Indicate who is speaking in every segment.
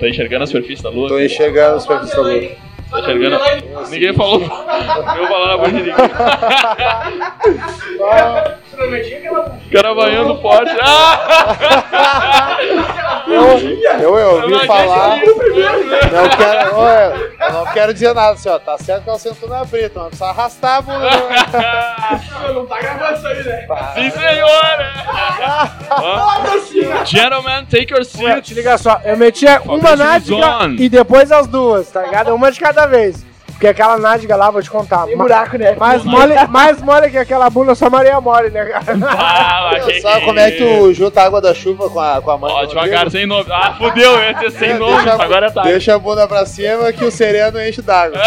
Speaker 1: Tá enxergando a superfície da lua?
Speaker 2: Tô enxergando os perfis da lua.
Speaker 1: Tá enxergando. Ninguém falou. Eu falava pra ninguém. O cara banhando forte. Ah!
Speaker 2: Eu, eu, eu ouvi falar.
Speaker 1: Gente, eu primeiro, né?
Speaker 2: Não quero, ô, eu- eu não quero dizer nada, assim, ó. Tá certo que ela sentou na brita, mas precisa arrastar a bunda. né?
Speaker 3: Não tá gravando isso aí, né?
Speaker 1: Sim, senhora! Gentlemen, take your
Speaker 4: Ué,
Speaker 1: seats.
Speaker 4: te liga só, eu metia uma
Speaker 1: Fabrício
Speaker 4: nádiga
Speaker 1: Mizon.
Speaker 4: e depois as duas, tá ligado? Uma de cada vez. Porque aquela nádiga lá, vou te contar.
Speaker 3: Tem
Speaker 4: ma-
Speaker 3: buraco, né?
Speaker 4: mais, mole, mais mole que aquela bunda, só Maria Mole, né, cara?
Speaker 1: Ah, mas
Speaker 2: Sabe como é que tu junta a água da chuva com a, com a mãe?
Speaker 1: Ó,
Speaker 2: do
Speaker 1: devagar,
Speaker 2: amigo?
Speaker 1: sem nome. Ah, fudeu, eu ia ter sem
Speaker 2: É,
Speaker 1: nome,
Speaker 2: deixa a-
Speaker 1: agora tá. Ah,
Speaker 2: Deixa a bunda pra cima que o sereno enche d'água.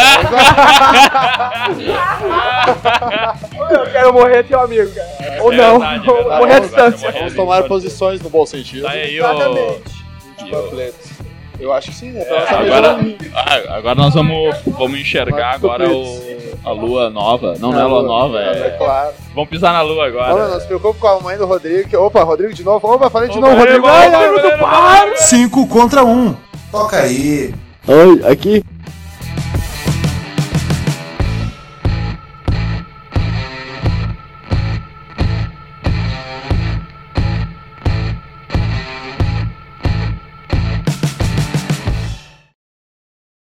Speaker 3: Eu quero morrer teu amigo, cara. Ou
Speaker 1: É
Speaker 3: não,
Speaker 1: verdade,
Speaker 3: ou
Speaker 1: é verdade,
Speaker 3: morrer
Speaker 1: é
Speaker 3: à
Speaker 1: verdade,
Speaker 3: distância.
Speaker 1: é verdade.
Speaker 2: Vamos tomar posições no bom sentido.
Speaker 1: Tá aí, ô.
Speaker 3: Exatamente.
Speaker 2: de panfletos. Eu acho que sim, né? Pra nossa
Speaker 1: É, Agora,
Speaker 2: visão,
Speaker 1: ah, agora nós vamos, vamos enxergar agora o, a lua nova. Não, não é a lua nova, é.
Speaker 2: claro.
Speaker 1: Vamos pisar na lua
Speaker 2: Não, não,
Speaker 1: agora.
Speaker 2: não se preocupe com a mãe do Rodrigo. que- Opa, Rodrigo de novo. Opa, falei de
Speaker 1: Ô,
Speaker 2: novo,
Speaker 1: Rodrigo,
Speaker 2: Rodrigo.
Speaker 1: ô,
Speaker 2: Ai, ai,
Speaker 1: Rodrigo,
Speaker 2: Rodrigo,
Speaker 1: Rodrigo.
Speaker 2: para!
Speaker 5: 5 contra 1. Toca aí.
Speaker 2: Ai, aqui.